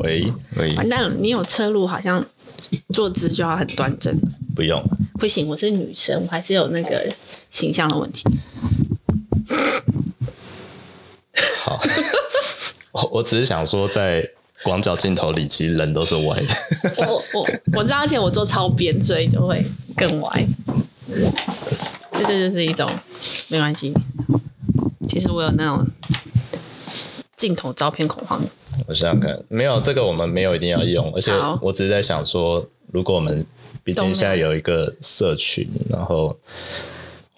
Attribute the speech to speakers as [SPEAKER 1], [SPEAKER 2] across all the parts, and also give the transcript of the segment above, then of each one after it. [SPEAKER 1] 喂喂，
[SPEAKER 2] 完蛋了，啊你有侧录，好像坐姿就要很端正。
[SPEAKER 1] 不用，
[SPEAKER 2] 不行，我是女生，我还是有那个形象的问 题。
[SPEAKER 1] 好，我我只是想说，在广角镜头里，其实人都是歪的。
[SPEAKER 2] 我我我知道，而且我坐超边，所以就会更歪。这这就是一种没关系。其实我有那种镜头照片恐慌。
[SPEAKER 1] 我想想看，没有这个我们没有一定要用，而且
[SPEAKER 2] 好
[SPEAKER 1] 我只是在想说，如果我们毕
[SPEAKER 2] 懂
[SPEAKER 1] 竟
[SPEAKER 2] 了
[SPEAKER 1] 现在有一个社群，然后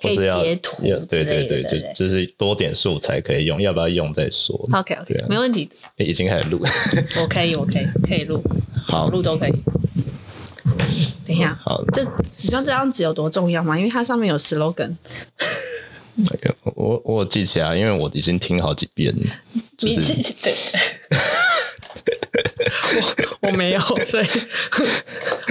[SPEAKER 1] 或
[SPEAKER 2] 可以
[SPEAKER 1] 是要
[SPEAKER 2] 截图
[SPEAKER 1] 要
[SPEAKER 2] 之
[SPEAKER 1] 对对
[SPEAKER 2] 类的
[SPEAKER 1] 对，
[SPEAKER 2] 对不对
[SPEAKER 1] 就就是多点素材可以用，要不要用再说。
[SPEAKER 2] OK OK，、
[SPEAKER 1] 对啊
[SPEAKER 2] 没问题，
[SPEAKER 1] 诶已经开始录， 哎
[SPEAKER 2] 我可以，我可以，可以录，
[SPEAKER 1] 好
[SPEAKER 2] 录都可以。等一下，
[SPEAKER 1] 好，
[SPEAKER 2] 这你知道这张纸有多重要吗？因为它上面有 slogan。
[SPEAKER 1] 我我有记起来，因为我已经听好几遍了，就
[SPEAKER 2] 你
[SPEAKER 1] 是
[SPEAKER 2] 是对。我我没有，所以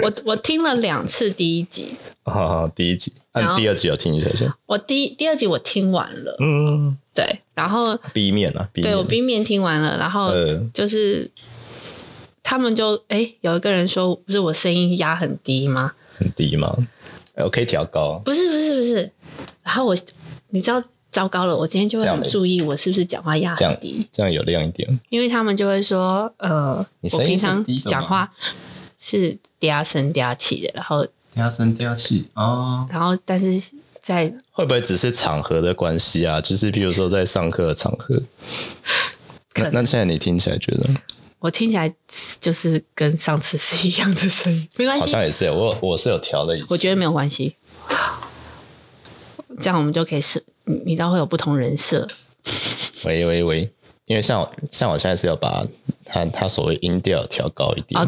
[SPEAKER 2] 我我听了两次第一集，
[SPEAKER 1] 啊第一集，
[SPEAKER 2] 然
[SPEAKER 1] 按
[SPEAKER 2] 后
[SPEAKER 1] 第二集有听一下下，
[SPEAKER 2] 我第第二集我听完了，
[SPEAKER 1] 嗯
[SPEAKER 2] 对，然后
[SPEAKER 1] ，B 面啊，B
[SPEAKER 2] 对我
[SPEAKER 1] 面，
[SPEAKER 2] 冰面听完了，然后
[SPEAKER 1] 呃
[SPEAKER 2] 就是、他们就哎、有一个人说不是我声音压很低吗？
[SPEAKER 1] 很低嘛，诶我可以调高，啊
[SPEAKER 2] 不是不是不是，然后我你知道糟糕了，我今天就会
[SPEAKER 1] 这样
[SPEAKER 2] 很
[SPEAKER 1] 没
[SPEAKER 2] 注意我是不是讲话压
[SPEAKER 1] 这样
[SPEAKER 2] 很低，
[SPEAKER 1] 这样有亮一点，
[SPEAKER 2] 因为他们就会说，呃，
[SPEAKER 1] 你
[SPEAKER 2] 我
[SPEAKER 1] 声
[SPEAKER 2] 平
[SPEAKER 1] 音是
[SPEAKER 2] 常
[SPEAKER 1] 低的吗
[SPEAKER 2] 讲话是嗲声嗲气的，然后
[SPEAKER 3] 嗲声嗲气哦，
[SPEAKER 2] 然后但是在
[SPEAKER 1] 会不会只是场合的关系啊？就是比如说在上课的场合，那
[SPEAKER 2] 可能
[SPEAKER 1] 那现在你听起来觉得
[SPEAKER 2] 我听起来就是跟上次是一样的声音，没关
[SPEAKER 1] 好
[SPEAKER 2] 系，
[SPEAKER 1] 像也是有，我有我是有调了一下，
[SPEAKER 2] 我觉得没有关系，这样我们就可以是，你你知道会有不同人设，
[SPEAKER 1] 喂喂喂，因为像我像我现在是有把它它所谓音调调高一点，
[SPEAKER 2] 哦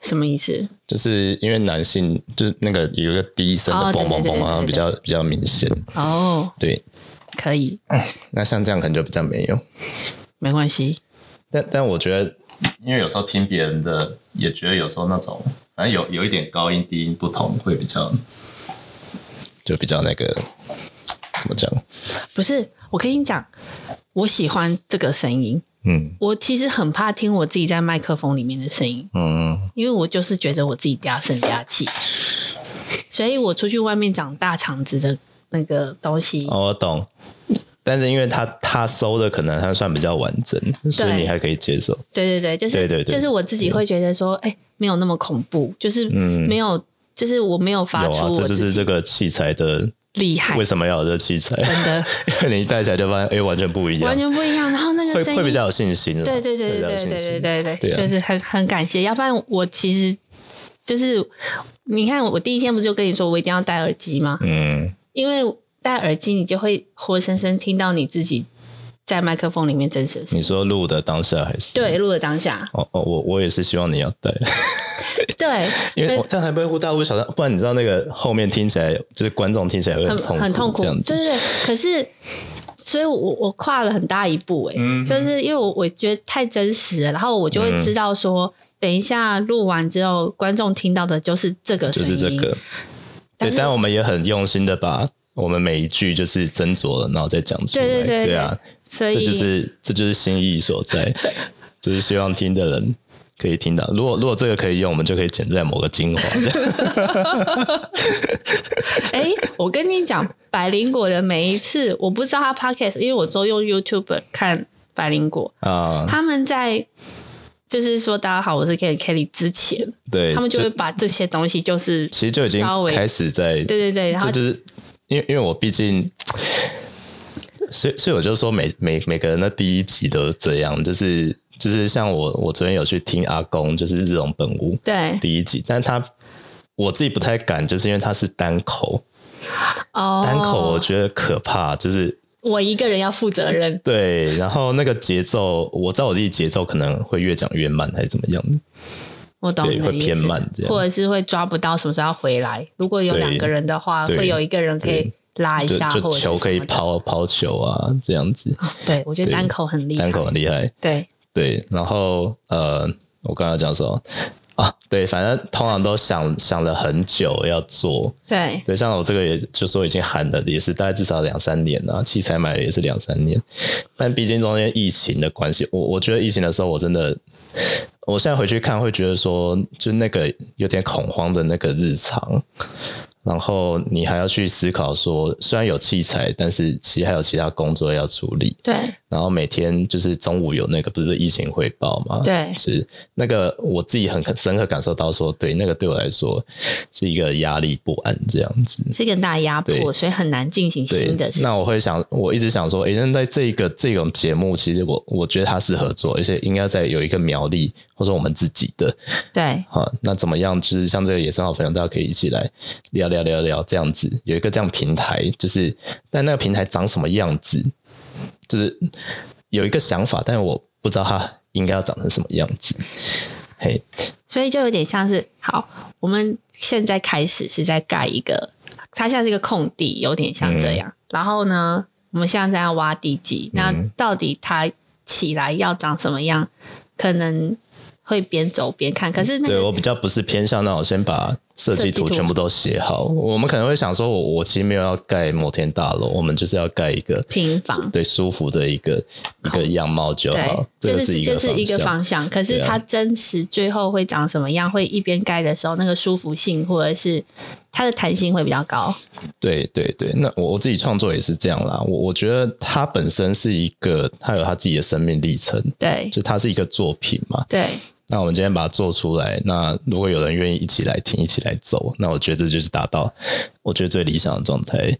[SPEAKER 2] 什么意思？
[SPEAKER 1] 就是因为男性就是那个有一个低声的
[SPEAKER 2] 哦对
[SPEAKER 1] 嘣嘣
[SPEAKER 2] 对
[SPEAKER 1] 嘣，
[SPEAKER 2] 对
[SPEAKER 1] 好像
[SPEAKER 2] 对对
[SPEAKER 1] 比较比较明显。
[SPEAKER 2] 哦，
[SPEAKER 1] 对，
[SPEAKER 2] 可以，
[SPEAKER 1] 那像这样可能就比较没有。
[SPEAKER 2] 没关系，
[SPEAKER 1] 但但我觉得，因为有时候听别人的，也觉得有时候那种反正有有一点高音低音不同，会比较就比较那个怎么讲？
[SPEAKER 2] 不是，我跟你讲，我喜欢这个声音，
[SPEAKER 1] 嗯
[SPEAKER 2] 我其实很怕听我自己在麦克风里面的声音。
[SPEAKER 1] 嗯，
[SPEAKER 2] 因为我就是觉得我自己嗲声嗲气，所以我出去外面长大肠子的那个东西，
[SPEAKER 1] 哦，我懂。但是因为他他收的可能还算比较完整，所以你还可以接受。
[SPEAKER 2] 对对对，就是
[SPEAKER 1] 对对对
[SPEAKER 2] 就是我自己会觉得说，哎、没有那么恐怖，就是没有，就是我没有发
[SPEAKER 1] 嗯有
[SPEAKER 2] 出
[SPEAKER 1] 啊，这
[SPEAKER 2] 我
[SPEAKER 1] 就
[SPEAKER 2] 自
[SPEAKER 1] 是这
[SPEAKER 2] 己
[SPEAKER 1] 个器材的
[SPEAKER 2] 厉害，
[SPEAKER 1] 为什么要有这器材？
[SPEAKER 2] 真的
[SPEAKER 1] 因为你一戴起来就发现，哎、完全不 一样
[SPEAKER 2] 完，全不一样。然后那个
[SPEAKER 1] 会
[SPEAKER 2] 声
[SPEAKER 1] 会比
[SPEAKER 2] 音，
[SPEAKER 1] 较有信心啦。
[SPEAKER 2] 对对对
[SPEAKER 1] 会比较
[SPEAKER 2] 对
[SPEAKER 1] 有
[SPEAKER 2] 对
[SPEAKER 1] 信
[SPEAKER 2] 对
[SPEAKER 1] 心
[SPEAKER 2] 对对
[SPEAKER 1] 对啊
[SPEAKER 2] 就是很很感谢，要不然我其实就是你看，我第一天不是就跟你说我一定要戴耳机吗？
[SPEAKER 1] 嗯，
[SPEAKER 2] 因为戴耳机，你就会活生生听到你自己在麦克风里面真实的声音。
[SPEAKER 1] 你说录的当下还是？
[SPEAKER 2] 对，录的 当下，
[SPEAKER 1] 哦哦，我我也是希望你要戴，
[SPEAKER 2] 对，
[SPEAKER 1] 因为
[SPEAKER 2] 对
[SPEAKER 1] 我这样才不会忽大忽小的，不然你知道那个后面听起来就是观众听起来会
[SPEAKER 2] 很
[SPEAKER 1] 痛
[SPEAKER 2] 很痛苦
[SPEAKER 1] 这样，子。
[SPEAKER 2] 就是可是，所以我我跨了很大一步、欸，
[SPEAKER 1] 嗯
[SPEAKER 2] 就是因为我我觉得太真实了，然后我就会知道说，等一下录完之后，观众听到的就是这个
[SPEAKER 1] 就
[SPEAKER 2] 声
[SPEAKER 1] 是
[SPEAKER 2] 音，
[SPEAKER 1] 这个。
[SPEAKER 2] 但
[SPEAKER 1] 对，
[SPEAKER 2] 是
[SPEAKER 1] 但我们也很用心的把我们每一句就是斟酌了，然后再讲出来。
[SPEAKER 2] 对对对对
[SPEAKER 1] 啊，
[SPEAKER 2] 所
[SPEAKER 1] 这
[SPEAKER 2] 以
[SPEAKER 1] 就是这就是心意所 在，就是希望听的人可以听到。如果如果这个可以用，我们就可以剪在某个精华。
[SPEAKER 2] 哎、我跟你讲，百灵果的每一次，我不知道他 podcast，因为我都用 YouTube 看百灵果，
[SPEAKER 1] 啊，
[SPEAKER 2] 他们在就是说“大家好，我是 Kelly Kelly” 之前，
[SPEAKER 1] 对，
[SPEAKER 2] 他们就会
[SPEAKER 1] 这
[SPEAKER 2] 把这些东西就是
[SPEAKER 1] 其实就已经
[SPEAKER 2] 稍微
[SPEAKER 1] 开始在
[SPEAKER 2] 对对对，然后
[SPEAKER 1] 这就是因为因为我毕竟，所以所以我就说每每每个人的第一集都是这样，就是就是像我我昨天有去听阿公，就是日荣本屋
[SPEAKER 2] 对
[SPEAKER 1] 第一集，但他我自己不太敢，就是因为他是单口，
[SPEAKER 2] 哦，
[SPEAKER 1] 单口我觉得可怕，就是。
[SPEAKER 2] 我一个人要负责任，
[SPEAKER 1] 对，然后那个节奏，我知道我自己节奏可能会越讲越慢，还是怎么样的。
[SPEAKER 2] 我懂
[SPEAKER 1] 对
[SPEAKER 2] 你的
[SPEAKER 1] 会
[SPEAKER 2] 意思
[SPEAKER 1] 偏慢这样
[SPEAKER 2] 或者是会抓不到什么时候要回来。如果有
[SPEAKER 1] 对
[SPEAKER 2] 两个人的话，
[SPEAKER 1] 对
[SPEAKER 2] 会有一个人可以拉一
[SPEAKER 1] 就
[SPEAKER 2] 下，或
[SPEAKER 1] 就
[SPEAKER 2] 者是
[SPEAKER 1] 球可以
[SPEAKER 2] 什么的。
[SPEAKER 1] 抛抛球啊，这样子，
[SPEAKER 2] 对，我觉得
[SPEAKER 1] 对
[SPEAKER 2] 单口很厉害，
[SPEAKER 1] 单口很厉害。
[SPEAKER 2] 对
[SPEAKER 1] 对，然后呃，我刚刚讲什么啊？对，反正通常都想想了很久要做。
[SPEAKER 2] 对
[SPEAKER 1] 对，像我这个也就说已经喊了，也是大概至少两三年了，器材买了也是两三年，但毕竟中间疫情的关系，我我觉得疫情的时候我真的。我现在回去看会觉得说，就那个有点恐慌的那个日常，然后你还要去思考说，虽然有器材，但是其实还有其他工作要处理。
[SPEAKER 2] 对，
[SPEAKER 1] 然后每天就是中午有那个不是疫情汇报嘛？
[SPEAKER 2] 对
[SPEAKER 1] 是那个我自己很深刻感受到说，对那个对我来说是一个压力不安这样子。
[SPEAKER 2] 是一个很大的压迫，
[SPEAKER 1] 对
[SPEAKER 2] 所以很难进行
[SPEAKER 1] 对
[SPEAKER 2] 新的，事
[SPEAKER 1] 那
[SPEAKER 2] 情。
[SPEAKER 1] 我会想，我一直想说，诶，那在这个这种节目，其实我我觉得它适合做，而且应该在有一个苗栗或者我们自己的
[SPEAKER 2] 对
[SPEAKER 1] 好，啊那怎么样？就是像这个野生好朋友，大家可以一起来聊聊聊聊这样子，有一个这样平台，就是但那个平台长什么样子，就是有一个想法，但是我不知道它应该要长成什么样子。嘿，
[SPEAKER 2] 所以就有点像是，好，我们现在开始是在盖一个，它像是一个空地，有点像
[SPEAKER 1] 嗯
[SPEAKER 2] 这样。然后呢，我们现在在挖地基，那
[SPEAKER 1] 嗯
[SPEAKER 2] 到底它起来要长什么样？可能会边走边看，可是那
[SPEAKER 1] 对哦
[SPEAKER 2] 个
[SPEAKER 1] 我比较不是偏向那种先把设计
[SPEAKER 2] 设计
[SPEAKER 1] 图
[SPEAKER 2] 图
[SPEAKER 1] 全部都写好。我们可能会想说我，我其实没有要盖摩天大楼，我们就是要盖一个
[SPEAKER 2] 平房，
[SPEAKER 1] 对舒服的一个一个样貌就哦好
[SPEAKER 2] 对。，
[SPEAKER 1] 这
[SPEAKER 2] 就
[SPEAKER 1] 个
[SPEAKER 2] 是
[SPEAKER 1] 一
[SPEAKER 2] 就
[SPEAKER 1] 个
[SPEAKER 2] 是一个
[SPEAKER 1] 向
[SPEAKER 2] 方向。可是
[SPEAKER 1] 对啊
[SPEAKER 2] 它真实最后会长什么样？会一边盖的时候，那个舒服性或者是它的弹性会比较高。
[SPEAKER 1] 对对对，那我我自己创作也是这样啦。我我觉得它本身是一个，它有它自己的生命历程，
[SPEAKER 2] 对
[SPEAKER 1] 就它是一个作品嘛。
[SPEAKER 2] 对
[SPEAKER 1] 那我们今天把它做出来，那如果有人愿意一起来听，一起来走，那我觉得这就是达到我觉得最理想的状态。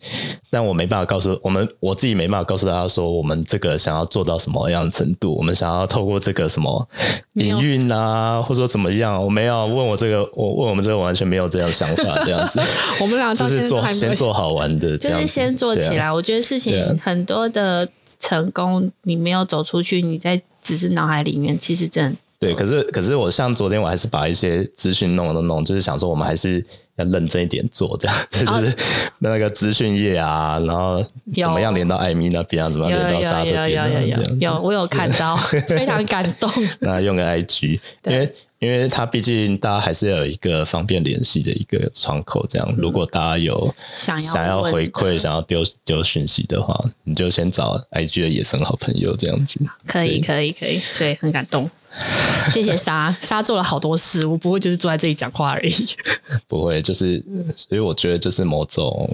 [SPEAKER 1] 但我没办法告诉我们，我自己没办法告诉大家说，我们这个想要做到什么样的程度，我们想要透过这个什么
[SPEAKER 2] 没有
[SPEAKER 1] 营运啊，或者说怎么样，我没有问我这个，我问我们这个完全没有这样想法，这 样子。
[SPEAKER 2] 我们俩
[SPEAKER 1] 就
[SPEAKER 2] 啊到现
[SPEAKER 1] 是
[SPEAKER 2] 在都
[SPEAKER 1] 做
[SPEAKER 2] 还没
[SPEAKER 1] 先
[SPEAKER 2] 有
[SPEAKER 1] 做好玩的，这
[SPEAKER 2] 就
[SPEAKER 1] 样
[SPEAKER 2] 是
[SPEAKER 1] 子
[SPEAKER 2] 先做起来。
[SPEAKER 1] 对啊
[SPEAKER 2] 我觉得事
[SPEAKER 1] 对啊
[SPEAKER 2] 情很多的成功，你没有走出去，你在只是脑海里面，其实真的
[SPEAKER 1] 对，可是可是我像昨天我还是把一些资讯弄了弄弄，就是想说我们还是要认真一点做， 这样这
[SPEAKER 2] 哦
[SPEAKER 1] 就是那个资讯业啊，然后怎么样连到艾米那边啊，怎么
[SPEAKER 2] 有
[SPEAKER 1] 样连
[SPEAKER 2] 有
[SPEAKER 1] 到莎这
[SPEAKER 2] 有有
[SPEAKER 1] 边啊，
[SPEAKER 2] 有
[SPEAKER 1] 这
[SPEAKER 2] 有
[SPEAKER 1] 样
[SPEAKER 2] 有有，我有看 到，非常感动。
[SPEAKER 1] 那用个 IG，因为因为它毕竟大家还是要有一个方便联系的一个窗口，这样如果大家有
[SPEAKER 2] 嗯想要
[SPEAKER 1] 想要
[SPEAKER 2] 问
[SPEAKER 1] 回
[SPEAKER 2] 的
[SPEAKER 1] 馈、想要丢丢讯息的话，你就先找 IG 的野生好朋友这样子。
[SPEAKER 2] 可
[SPEAKER 1] 对
[SPEAKER 2] 以可以可以，所以很感 动。谢谢莎，莎做了好多事，我不会就是坐在这里讲话而已。
[SPEAKER 1] 不会，就是，所以我觉得就是某种，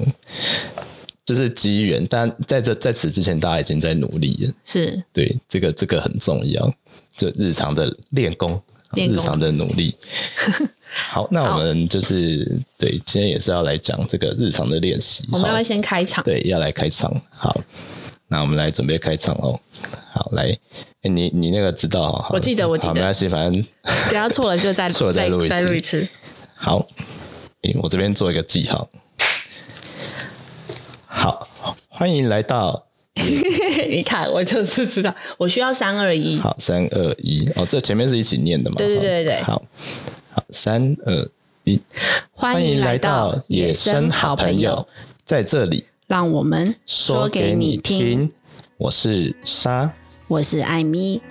[SPEAKER 1] 就是机缘。但在这在此之前，大家已经在努力了。
[SPEAKER 2] 是
[SPEAKER 1] 对，这个这个很重要，就日常的练功，
[SPEAKER 2] 练功
[SPEAKER 1] 日常的努 力。好，那我们就是对，今天也是要来讲这个日常的练习。
[SPEAKER 2] 我们要
[SPEAKER 1] 好
[SPEAKER 2] 不要先开场？
[SPEAKER 1] 对，要来开场。好，那我们来准备开场哦。好，来，诶你你那个知道哦？好
[SPEAKER 2] 我记得我记
[SPEAKER 1] 好
[SPEAKER 2] 得
[SPEAKER 1] 没关系，反正
[SPEAKER 2] 等一下错了就 再
[SPEAKER 1] 错了再
[SPEAKER 2] 再
[SPEAKER 1] 录一次
[SPEAKER 2] 再录一次。
[SPEAKER 1] 好，诶我这边做一个记号。好，欢迎来到
[SPEAKER 2] 你看，我就是知道，我需要三二一。
[SPEAKER 1] 好三二一哦，这前面是一起念的嘛？
[SPEAKER 2] 对对对对对
[SPEAKER 1] 好，好，三二一，
[SPEAKER 2] 欢迎来到野生好朋友，
[SPEAKER 1] 在这里
[SPEAKER 2] 让我们
[SPEAKER 1] 说给你听。我是沙，
[SPEAKER 2] 我是艾米，